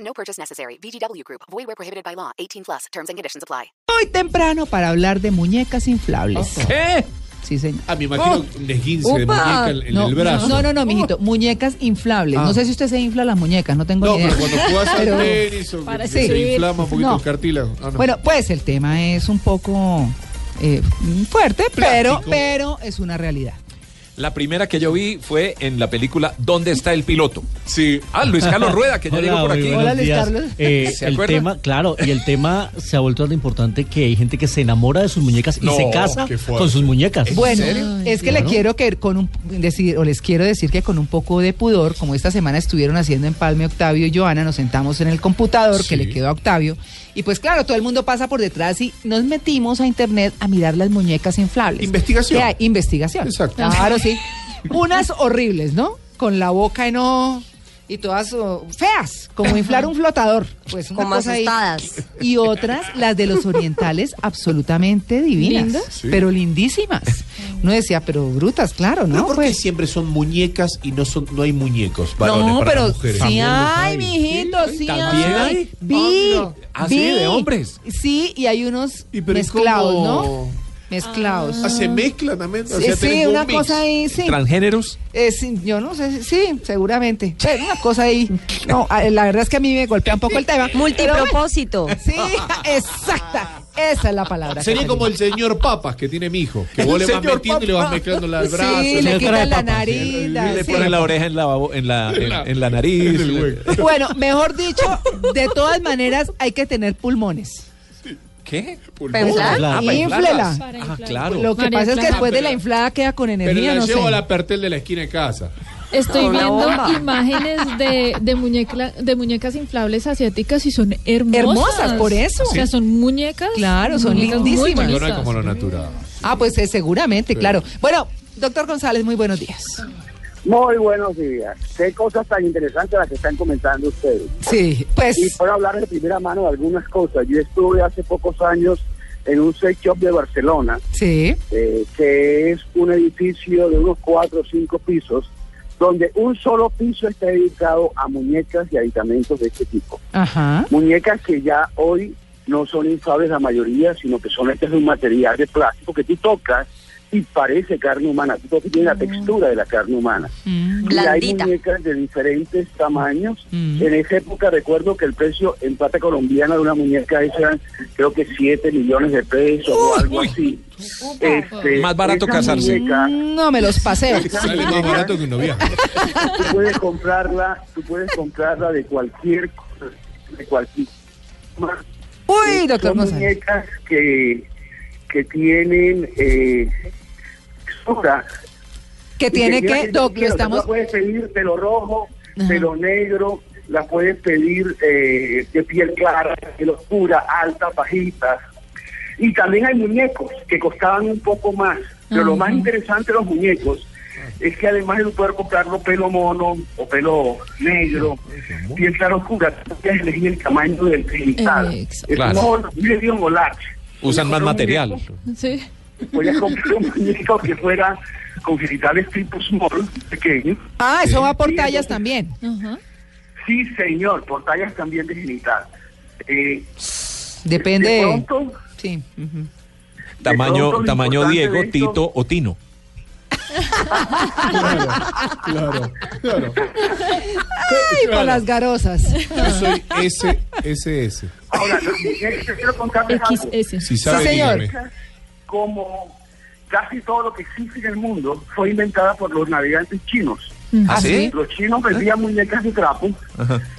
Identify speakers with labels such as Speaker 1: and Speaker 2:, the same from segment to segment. Speaker 1: No purchase necessary. VGW Group. Void where prohibited by law. 18 plus. Terms and conditions apply.
Speaker 2: Muy temprano para hablar de muñecas inflables.
Speaker 3: ¿Qué?
Speaker 2: Sí, señor.
Speaker 3: A mi Ah, imagino de 15 de muñeca en, en
Speaker 2: Oh. no,
Speaker 3: el brazo. Ah.
Speaker 2: no, no, no, mijito, muñecas inflables. No sé si usted se infla las muñecas, no tengo
Speaker 3: No,
Speaker 2: ni idea.
Speaker 3: pero cuando juegas
Speaker 2: Pero-
Speaker 3: al tenis o
Speaker 2: Para
Speaker 3: que se
Speaker 2: sí.
Speaker 3: inflama un poquito
Speaker 2: No.
Speaker 3: el cartílago. Ah, no.
Speaker 2: Bueno, pues el tema es un poco eh, fuerte, pero,
Speaker 3: Plástico.
Speaker 2: pero es una realidad.
Speaker 4: La primera que yo vi fue en la película ¿Dónde está el piloto?
Speaker 3: sí.
Speaker 4: Ah, Luis Carlos Rueda, que ya llegó por
Speaker 5: muy
Speaker 4: aquí.
Speaker 5: buenos
Speaker 2: Hola, Luis
Speaker 5: días.
Speaker 2: Carlos.
Speaker 5: Eh,
Speaker 4: ¿Se
Speaker 5: el
Speaker 4: acuerda?
Speaker 5: tema, claro, y el tema se ha vuelto tan importante que hay gente que se enamora de sus muñecas y
Speaker 3: No,
Speaker 5: se casa
Speaker 3: qué fuerte.
Speaker 5: con sus muñecas.
Speaker 2: Bueno,
Speaker 3: serio?
Speaker 2: es que le quiero que con un decir o les quiero decir que con un poco de pudor, como esta semana estuvieron haciendo en Palme Octavio y Joana, nos sentamos en el computador que
Speaker 3: Sí.
Speaker 2: le quedó a Octavio y pues claro, todo el mundo pasa por detrás y nos metimos a internet a mirar las muñecas inflables.
Speaker 3: Investigación.
Speaker 2: Que hay- investigación. Ah,
Speaker 3: Exacto.
Speaker 2: Claro, sí. Unas horribles, ¿no? Con la boca en O y todas oh, feas, como inflar un flotador, pues una
Speaker 6: Como
Speaker 2: cosa ahí.
Speaker 6: asustadas.
Speaker 2: Y otras, las de los orientales, absolutamente divinas,
Speaker 6: ¿Lindas?
Speaker 3: Sí.
Speaker 2: pero lindísimas. Uno decía, pero brutas, claro, ¿no? pues.
Speaker 7: siempre son muñecas y no son no hay muñecos
Speaker 2: No, pero
Speaker 7: También los
Speaker 2: sí hay,
Speaker 3: Ah,
Speaker 7: hay.
Speaker 2: mijito,
Speaker 3: Sí,
Speaker 2: sí
Speaker 3: también
Speaker 2: hay.
Speaker 3: hay.
Speaker 2: Vi,
Speaker 3: Ah, mira.
Speaker 4: Ah, sí,
Speaker 2: vi.
Speaker 4: de hombres.
Speaker 2: Sí, y hay unos
Speaker 3: ¿Y pero y
Speaker 2: mezclados, ¿no?
Speaker 3: cómo?
Speaker 2: Mezclados.
Speaker 3: Ah, se mezclan también. O
Speaker 2: Sí,
Speaker 3: sea,
Speaker 2: sí,
Speaker 3: tenés
Speaker 2: una
Speaker 3: un mix.
Speaker 2: cosa ahí, sí.
Speaker 4: Transgéneros.
Speaker 2: Eh, sí, yo no sé, sí, seguramente. Pero una cosa ahí. No, a- la verdad es que a mí me golpea un poco el tema. pero bueno,
Speaker 6: Multipropósito.
Speaker 2: Sí, exacta. Esa es la palabra.
Speaker 3: Sería
Speaker 2: Catalina.
Speaker 3: como el señor Papas que tiene mi hijo. Que
Speaker 4: El
Speaker 3: vos le vas
Speaker 4: señor
Speaker 3: metiendo y le vas
Speaker 4: Papas.
Speaker 3: mezclando al
Speaker 2: Sí,
Speaker 3: brazo.
Speaker 2: le
Speaker 5: señor cara
Speaker 2: quitan
Speaker 5: de
Speaker 2: la
Speaker 5: papa.
Speaker 2: nariz.
Speaker 4: Y eh, le
Speaker 2: sí.
Speaker 4: ponen la oreja en la, babo- en la, en, en la
Speaker 3: En
Speaker 4: nariz.
Speaker 3: el hueco.
Speaker 2: Bueno, mejor dicho, de todas maneras hay que tener pulmones.
Speaker 4: ¿Qué?
Speaker 6: ¿Pensar?
Speaker 5: Ah, para
Speaker 2: Inflela.
Speaker 4: Ah, claro.
Speaker 2: Lo que
Speaker 8: María
Speaker 2: pasa es que
Speaker 8: Clara.
Speaker 2: después de la
Speaker 3: Pero-
Speaker 2: inflada queda con
Speaker 3: Pero
Speaker 2: energía,
Speaker 3: la
Speaker 2: no sé.
Speaker 3: llevo a la pertel de la esquina de casa.
Speaker 8: Estoy
Speaker 6: Una
Speaker 8: viendo
Speaker 6: bomba.
Speaker 8: imágenes de, de, muñecla- de muñecas inflables asiáticas y son hermosas.
Speaker 2: Hermosas, por eso.
Speaker 8: O sea, son muñecas.
Speaker 2: Claro, son
Speaker 8: muñecas muy
Speaker 2: lindísimas.
Speaker 3: Yo no es
Speaker 8: bonitas.
Speaker 3: como lo natural.
Speaker 2: Ah, pues eh, seguramente,
Speaker 3: Sí.
Speaker 2: claro. Bueno, doctor González, muy buenos días.
Speaker 9: Muy buenos días. Qué cosas tan interesantes las que están comentando ustedes.
Speaker 2: Sí,
Speaker 9: Y
Speaker 2: pues.
Speaker 9: puedo hablar de primera mano de algunas cosas. Yo estuve hace pocos años en un sex shop de Barcelona,
Speaker 2: Sí,
Speaker 9: eh, que es un edificio de unos cuatro o cinco pisos, donde un solo piso está dedicado a muñecas y aditamentos de este tipo.
Speaker 2: ajá.
Speaker 9: Muñecas que ya Ah, hoy no son inflables la mayoría, sino que son hechas de un material de plástico que tú tocas y parece carne humana. Tú tocas y
Speaker 8: Ah.
Speaker 9: tiene la textura de la carne humana.
Speaker 2: Mm.
Speaker 9: Y hay
Speaker 6: Blandita.
Speaker 9: muñecas de diferentes tamaños.
Speaker 2: Mm.
Speaker 9: En esa época recuerdo que el precio en plata colombiana de una muñeca esa eran creo que 7 millones de pesos o algo
Speaker 4: uy.
Speaker 9: así. Este,
Speaker 4: Más barato
Speaker 9: esa
Speaker 4: casarse.
Speaker 9: muñeca,
Speaker 2: No me los paseo.
Speaker 3: Sale más barato que un noviaje.
Speaker 9: tú puedes comprarla, tú puedes comprarla de cualquier de cualquier
Speaker 2: Uy, doctor
Speaker 9: son
Speaker 2: González.
Speaker 9: muñecas que que tienen eh, textura
Speaker 2: Que tiene
Speaker 9: Y
Speaker 2: que,
Speaker 9: lleva
Speaker 2: doc, lo
Speaker 9: quiero,
Speaker 2: estamos.
Speaker 9: La puedes pedir de lo rojo,
Speaker 2: Ajá.
Speaker 9: de lo negro, la puedes pedir eh, de piel clara, de piel oscura, alta, bajita. Y también hay muñecos que costaban un poco más. Pero lo más interesante de los muñecos es que además de poder comprarlo pelo mono o pelo negro, piel clara oscura, tú puedes elegir el tamaño del cristal.
Speaker 8: Exacto.
Speaker 9: Es
Speaker 4: Claro.
Speaker 9: como medium o large.
Speaker 4: Usan más
Speaker 9: Son
Speaker 4: material.
Speaker 9: muñecos
Speaker 8: Sí.
Speaker 9: Voy a comprar un muñeco que fuera con genitales tipo small, pequeño.
Speaker 2: Ah, eso va por
Speaker 9: Sí,
Speaker 2: tallas
Speaker 9: entonces-
Speaker 2: también.
Speaker 8: Ajá.
Speaker 9: Sí, señor, por tallas también de genital. Eh, de
Speaker 2: Depende.
Speaker 9: pronto,
Speaker 2: Sí. ujú.
Speaker 9: de pronto
Speaker 4: Tamaño,
Speaker 9: lo
Speaker 4: tamaño
Speaker 9: importante de
Speaker 4: Diego,
Speaker 9: esto-
Speaker 4: Tito o Tino.
Speaker 3: Claro, claro.
Speaker 2: Ay, por las garosas.
Speaker 3: Yo soy ese, ese, ese.
Speaker 9: Ahora, los muñecos, yo quiero contarles algo.
Speaker 2: eh.
Speaker 8: XS.
Speaker 3: Si sabe,
Speaker 2: señor.
Speaker 3: dígame.
Speaker 9: Como casi todo lo que existe en el mundo fue inventada por los navegantes chinos.
Speaker 2: Mm.
Speaker 4: ¿Ah, sí?
Speaker 9: Los chinos vendían muñecas de trapo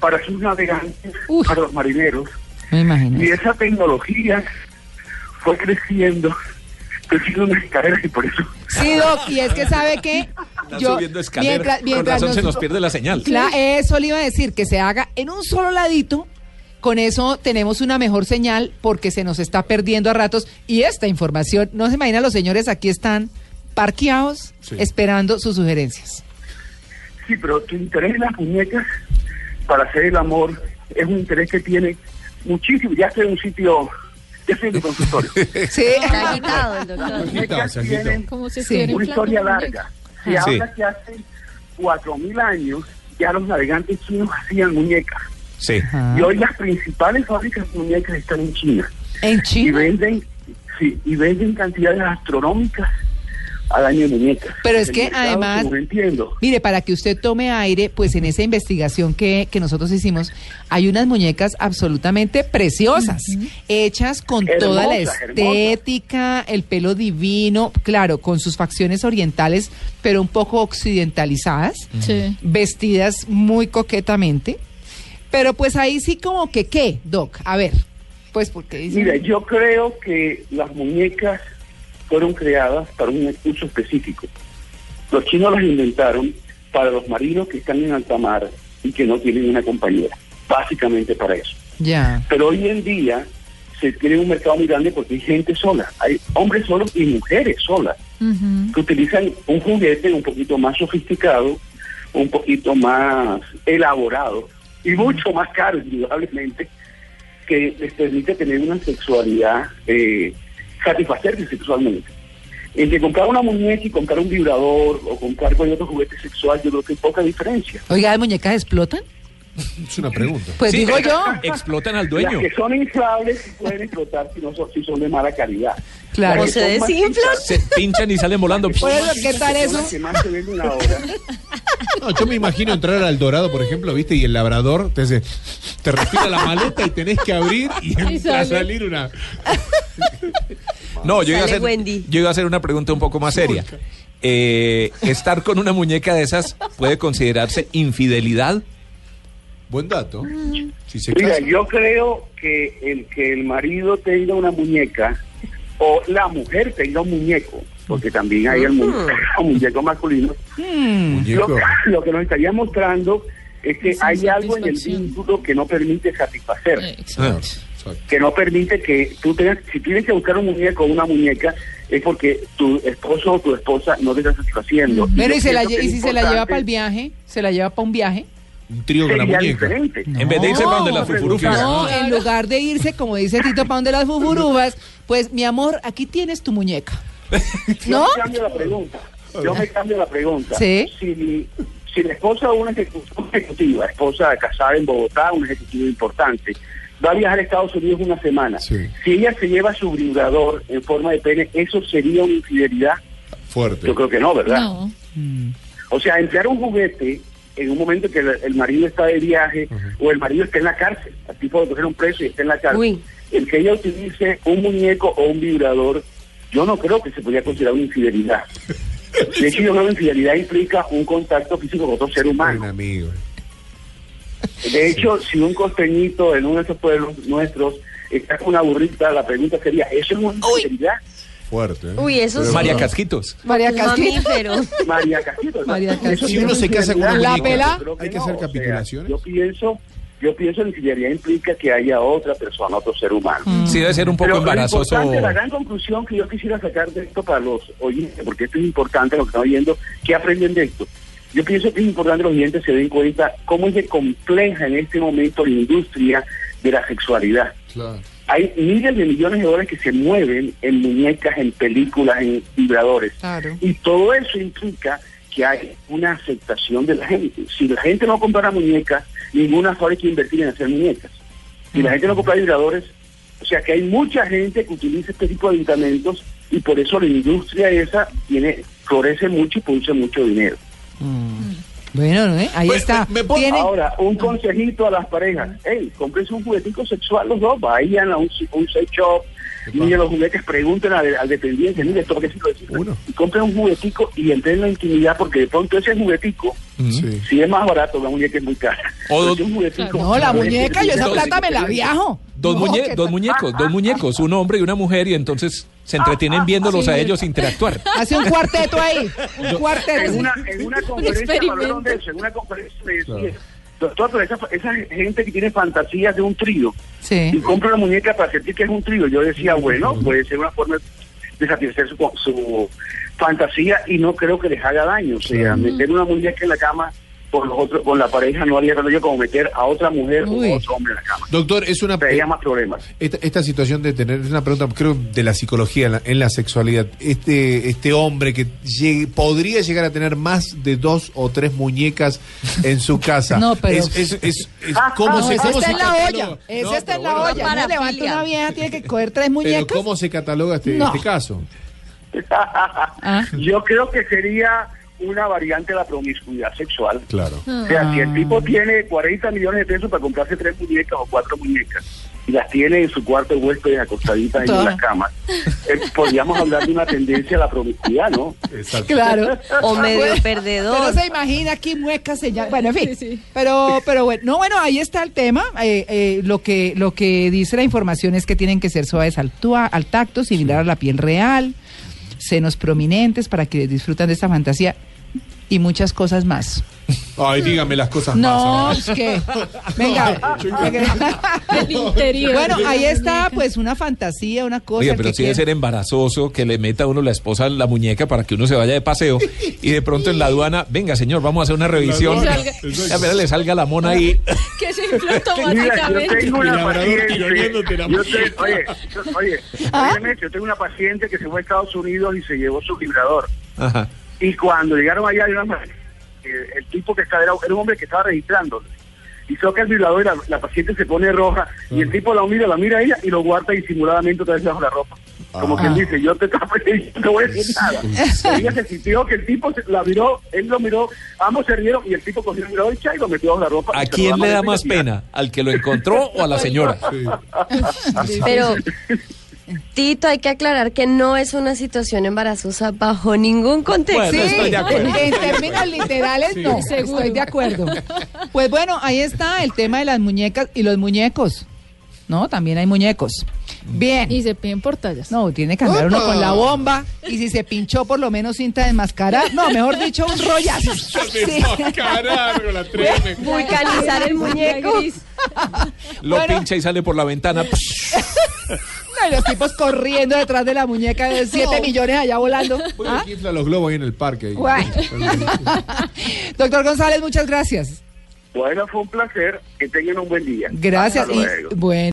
Speaker 9: para sus navegantes,
Speaker 2: Uf.
Speaker 9: para los marineros.
Speaker 2: Me imagino.
Speaker 9: Y esa tecnología fue creciendo, estoy subiendo unas escaleras y por eso.
Speaker 2: Sí, Doc, y es que sabe que
Speaker 4: Están subiendo escaleras. Con razón se nos pierde la señal.
Speaker 2: Cla- eso le iba a decir, que se haga en un solo ladito. Con eso tenemos una mejor señal porque se nos está perdiendo a ratos. Y esta información, no se imagina, los señores aquí están parqueados
Speaker 3: Sí.
Speaker 2: esperando sus sugerencias.
Speaker 9: Sí, pero tu interés en las muñecas para hacer el amor es un interés que tiene muchísimo. Ya estoy en un sitio, ya estoy en el consultorio.
Speaker 2: Sí.
Speaker 6: Está agitado el doctor.
Speaker 9: Las
Speaker 3: Agitado,
Speaker 9: muñecas
Speaker 3: se agitó.
Speaker 9: tienen
Speaker 8: Como si
Speaker 2: Sí.
Speaker 8: estuviera
Speaker 9: una
Speaker 8: inflando
Speaker 9: historia
Speaker 8: la muñeca.
Speaker 9: larga. Se habla que hace 4.000 años ya los navegantes chinos hacían muñecas.
Speaker 4: Sí.
Speaker 2: Ajá.
Speaker 9: Y hoy las principales fábricas de muñecas están en China.
Speaker 2: En
Speaker 9: Y
Speaker 2: China.
Speaker 9: venden, sí, y venden cantidades astronómicas al año de muñecas.
Speaker 2: Pero es
Speaker 9: El
Speaker 2: que
Speaker 9: mercado,
Speaker 2: además-
Speaker 9: según entiendo.
Speaker 2: Mire, para que usted tome aire, pues en esa investigación que, que nosotros hicimos, hay unas muñecas absolutamente preciosas, hechas con toda la
Speaker 9: Hermosas, hermosas.
Speaker 2: estética, el pelo divino, claro, con sus facciones orientales, pero un poco occidentalizadas,
Speaker 8: Sí.
Speaker 2: vestidas muy coquetamente. Pero pues ahí sí como que, ¿qué, Doc? A ver, pues porque dice...
Speaker 9: Mira, yo creo que las muñecas fueron creadas para un uso específico. Los chinos las inventaron para los marinos que están en alta mar y que no tienen una compañera. Básicamente para eso.
Speaker 2: Ya.
Speaker 9: Pero hoy en día se tiene un mercado muy grande porque hay gente sola. Hay hombres solos y mujeres solas
Speaker 8: Ujú.
Speaker 9: que utilizan un juguete un poquito más sofisticado, un poquito más elaborado y mucho más caro, indudablemente, que les permite tener una sexualidad, eh, satisfacerse sexualmente. Entre comprar una muñeca y comprar un vibrador o comprar cualquier otro juguete sexual, yo creo que hay poca diferencia.
Speaker 2: Oiga, ¿las muñecas explotan?
Speaker 3: Es una pregunta.
Speaker 2: Pues
Speaker 4: Sí,
Speaker 2: digo
Speaker 4: eh,
Speaker 2: yo.
Speaker 4: Explotan al dueño.
Speaker 9: Las que son inflables pueden explotar si, no son, si son de mala calidad.
Speaker 2: Claro.
Speaker 6: O
Speaker 9: Las
Speaker 6: se
Speaker 9: que son más
Speaker 6: desinflan.
Speaker 9: inflables,
Speaker 4: Se pinchan y salen volando.
Speaker 2: Por eso, ¿qué tal
Speaker 9: que son las
Speaker 2: eso?
Speaker 9: que más se venden ahora.
Speaker 3: No, yo me imagino entrar al Dorado, por ejemplo, ¿viste? Y el labrador te, hace- te respira la maleta y tenés que abrir y empieza a
Speaker 8: sale.
Speaker 3: salir una.
Speaker 4: No, yo iba, a
Speaker 6: Sale
Speaker 4: hacer,
Speaker 6: Wendy.
Speaker 4: yo iba a hacer una pregunta un poco más seria. Eh, ¿Estar con una muñeca de esas puede considerarse infidelidad?
Speaker 3: Buen dato. Si se
Speaker 9: Mira,
Speaker 3: casa.
Speaker 9: yo creo que el que el marido tenga una muñeca o la mujer tenga un muñeco, porque también hay el mu- muñeco masculino, lo,
Speaker 3: Muñeco.
Speaker 9: lo que nos estaría mostrando es que
Speaker 8: Sin
Speaker 9: hay algo en el
Speaker 8: satisfacción.
Speaker 9: vínculo que no permite satisfacer,
Speaker 8: Eh,
Speaker 3: Claro,
Speaker 8: Exacto.
Speaker 3: exacto.
Speaker 9: que no permite que tú tengas, si tienes que buscar un muñeco o una muñeca, es porque tu esposo o tu esposa no te está satisfaciendo.
Speaker 2: Pero
Speaker 9: yo
Speaker 2: ¿y, se la,
Speaker 9: pienso
Speaker 2: lle-
Speaker 9: que
Speaker 2: y
Speaker 9: es
Speaker 2: si se la lleva para el
Speaker 9: importante,
Speaker 2: viaje? ¿Se la lleva para un viaje?
Speaker 3: Un trío con la
Speaker 9: sería
Speaker 3: muñeca.
Speaker 9: diferente.
Speaker 4: En
Speaker 3: Pues,
Speaker 4: vez de irse para donde las fufurufas.
Speaker 2: No, en lugar de irse, como dice Tito, para donde las fufurubas, pues mi amor, aquí tienes tu muñeca. ¿No?
Speaker 9: Yo me cambio la pregunta. Yo me cambio la pregunta.
Speaker 2: Sí.
Speaker 9: Si, si la esposa de una ejecu- una ejecutiva, esposa casada en Bogotá, un ejecutivo importante, va a viajar a Estados Unidos una semana,
Speaker 3: Sí.
Speaker 9: si ella se lleva su vibrador en forma de pene, ¿eso sería una infidelidad?
Speaker 3: Fuerte.
Speaker 9: Yo creo que no, ¿verdad?
Speaker 8: No.
Speaker 9: O sea, emplear un juguete en un momento que el, el marido está de viaje o el marido está en la cárcel, al tipo lo cogieron preso y está en la cárcel,
Speaker 6: Uy.
Speaker 9: el que ella utilice un muñeco o un vibrador, yo no creo que se podría considerar una infidelidad. De hecho, yo creo que infidelidad implica un contacto físico con otro ser
Speaker 3: Buen
Speaker 9: humano.
Speaker 3: amigo.
Speaker 9: De hecho, si un costeñito en uno de esos pueblos nuestros está con una burrita, la pregunta sería, ¿eso es una infidelidad?
Speaker 3: Fuerte. ¿eh?
Speaker 6: Uy, eso es-
Speaker 4: María Casquitos.
Speaker 2: María Castillo.
Speaker 6: Mamífero.
Speaker 9: María Castillo.
Speaker 2: María
Speaker 9: Eso
Speaker 2: Castillo.
Speaker 9: sí
Speaker 3: Si uno
Speaker 9: es
Speaker 3: se casa con
Speaker 9: infidelidad.
Speaker 3: una
Speaker 2: La
Speaker 3: muñeca,
Speaker 2: pela.
Speaker 9: Creo que
Speaker 3: hay que
Speaker 9: no,
Speaker 3: hacer
Speaker 9: o sea,
Speaker 3: capitulaciones.
Speaker 9: yo pienso, yo pienso que infidelidad implica que haya otra persona, otro ser humano.
Speaker 4: Sí, debe ser un poco
Speaker 9: Pero lo
Speaker 4: embarazoso.
Speaker 9: importante, la gran conclusión que yo quisiera sacar de esto para los oyentes, porque esto es importante lo que están oyendo, que aprenden de esto. Yo pienso que es importante que los oyentes se den cuenta cómo es de compleja en este momento la industria de la sexualidad.
Speaker 3: Claro.
Speaker 9: Hay miles de millones de dólares que se mueven en muñecas, en películas, en vibradores.
Speaker 2: Claro.
Speaker 9: Y todo eso implica que hay una aceptación de la gente. Si la gente no compra muñecas, ninguna fábrica invertir en hacer muñecas. Si la gente no compra vibradores, o sea que hay mucha gente que utiliza este tipo de aditamentos y por eso la industria esa tiene florece mucho y produce mucho dinero.
Speaker 2: Bueno, ¿no, eh? ahí
Speaker 3: Pues,
Speaker 2: está.
Speaker 3: me- me pon-
Speaker 2: Tienen-
Speaker 9: Ahora, un consejito a las parejas. Hey, cómprense un juguetico sexual los dos. Vayan a un, si- un sex shop,
Speaker 3: Epa.
Speaker 9: miren los juguetes, pregunten al, al dependiente, mire, esto que sí lo decimos.
Speaker 3: Uno.
Speaker 9: Y compren un juguetico y entren en la intimidad porque de pronto ese juguetico,
Speaker 3: Sí.
Speaker 9: si es más barato, la muñeca es muy cara.
Speaker 4: O
Speaker 9: Pero
Speaker 4: dos-
Speaker 9: si es un juguetico,
Speaker 2: No, la muñeca, yo esa plata me la viajo.
Speaker 4: Dos,
Speaker 2: No,
Speaker 4: muñe-
Speaker 2: ¿qué
Speaker 4: dos
Speaker 2: tal?
Speaker 4: muñecos, dos muñecos, un hombre y una mujer, y entonces se entretienen viéndolos
Speaker 8: Sí.
Speaker 4: a ellos interactuar.
Speaker 2: Hace un cuarteto ahí. Un cuarteto.
Speaker 9: en una, en una conferencia me hablaron
Speaker 8: experimento.
Speaker 9: de eso, en una conferencia me decía, doctor, pero esa, esa gente que tiene fantasías de un trío y
Speaker 2: Sí.
Speaker 9: compra la muñeca para sentir que es un trío, yo decía, bueno, puede ser una forma de satisfacer su, su fantasía y no creo que les haga daño, o sea, meter una muñeca en la cama con los otros- con la pareja no haría daño como meter a otra mujer
Speaker 2: Uy.
Speaker 9: o a otro hombre en la cama.
Speaker 3: Doctor, es una.
Speaker 9: Traería más problemas.
Speaker 3: Esta, esta situación de tener, es una pregunta creo de la psicología en la, en la sexualidad, este, este hombre que llegue- podría llegar a tener más de dos o tres muñecas en su casa.
Speaker 2: No, pero-
Speaker 3: Es, es, es- es- ¿cómo
Speaker 2: Ah, No,
Speaker 3: se,
Speaker 2: esa
Speaker 3: cómo
Speaker 2: está
Speaker 3: se
Speaker 2: en la
Speaker 3: cataloga?
Speaker 2: olla.
Speaker 3: No,
Speaker 2: Esa está
Speaker 3: pero
Speaker 2: en la
Speaker 3: bueno,
Speaker 2: olla. No levanta una vieja, tiene que coger tres
Speaker 3: Pero
Speaker 2: muñecas.
Speaker 3: ¿cómo se cataloga este,
Speaker 2: No.
Speaker 3: este caso?
Speaker 9: Yo creo que sería una variante de la promiscuidad sexual.
Speaker 3: Claro.
Speaker 9: O sea, si el tipo tiene 40 millones de pesos para comprarse tres muñecas o cuatro muñecas y las tiene en su cuarto de huésped acostaditas ahí en
Speaker 2: Todas.
Speaker 9: las camas, eh, podríamos hablar de una tendencia a la promiscuidad, ¿no?
Speaker 2: Claro.
Speaker 6: O medio
Speaker 2: Pero
Speaker 6: perdedor.
Speaker 2: se imagina aquí muecas se llama- Bueno, en fin.
Speaker 8: Sí, sí.
Speaker 2: Pero, pero bueno, no, bueno, ahí está el tema. Eh, eh, lo que lo que dice la información es que tienen que ser suaves al, tua- al tacto, similar a la piel real, senos prominentes para que disfrutan de esta fantasía y muchas cosas más.
Speaker 3: Ay, dígame las cosas
Speaker 2: No,
Speaker 3: más.
Speaker 2: es que. Venga.
Speaker 8: El interior.
Speaker 2: bueno, ahí está, pues una fantasía, una cosa.
Speaker 4: Oye,
Speaker 2: el
Speaker 4: pero
Speaker 2: que
Speaker 4: sí debe
Speaker 2: quiera.
Speaker 4: ser embarazoso que le meta a uno la esposa la muñeca para que uno se vaya de paseo y de pronto en la aduana, venga señor, vamos a hacer una revisión.
Speaker 8: aduana,
Speaker 4: A ver, le salga la mona ahí.
Speaker 8: Que se
Speaker 9: Mira, yo
Speaker 8: automáticamente.
Speaker 9: tengo una
Speaker 3: Labrador tironeándote
Speaker 9: paciente.
Speaker 3: la
Speaker 9: yo te-
Speaker 3: muñeca.
Speaker 9: oye, yo- oye, óyeme, yo tengo una paciente que se fue a Estados Unidos y se llevó su vibrador.
Speaker 4: Ajá.
Speaker 9: Y cuando llegaron allá, había una- eh, el tipo que estaba, era, era un hombre que estaba registrando. Y toca el vibrador y la, la paciente se pone roja. Y el tipo la mira, la mira a ella y lo guarda disimuladamente otra vez bajo la ropa. Como quien dice, yo te tapo y yo no voy a decir nada. Ella se sintió que el tipo se- la miró, él lo miró, ambos se rieron y el tipo cogió el vibrador y cha, y lo metió bajo la ropa.
Speaker 4: ¿A
Speaker 9: Y se lo
Speaker 4: quién le
Speaker 9: damos
Speaker 4: da
Speaker 9: de
Speaker 4: más
Speaker 9: felicidad.
Speaker 4: pena? ¿Al que lo encontró o a la señora?
Speaker 6: Pero, Tito, hay que aclarar que no es una situación embarazosa bajo ningún contexto.
Speaker 4: Bueno,
Speaker 2: Sí,
Speaker 4: estoy de acuerdo.
Speaker 2: en términos literales no,
Speaker 8: Seguro.
Speaker 2: estoy de acuerdo. Pues bueno, ahí está el tema de las muñecas y los muñecos. No, también hay muñecos.
Speaker 8: Y
Speaker 2: Bien.
Speaker 8: se piden por tallas.
Speaker 2: No, tiene que andar uno con la bomba y si se pinchó por lo menos cinta de mascarar. No, mejor dicho, un rollazo.
Speaker 9: Pues
Speaker 2: Sí.
Speaker 3: Carajo, la treme.
Speaker 6: Vulcanizar el muñeco.
Speaker 8: Gris.
Speaker 4: Lo
Speaker 2: Bueno.
Speaker 4: pincha y sale por la ventana.
Speaker 2: No, y los tipos corriendo detrás de la muñeca de 7 millones allá volando.
Speaker 3: Voy
Speaker 2: ¿Ah?
Speaker 3: a infla los globos ahí en el parque. ahí.
Speaker 2: Guay. Doctor González, muchas gracias.
Speaker 9: Bueno, fue un placer. Que tengan un buen día.
Speaker 2: Gracias.
Speaker 9: Hasta luego.
Speaker 2: Y, bueno.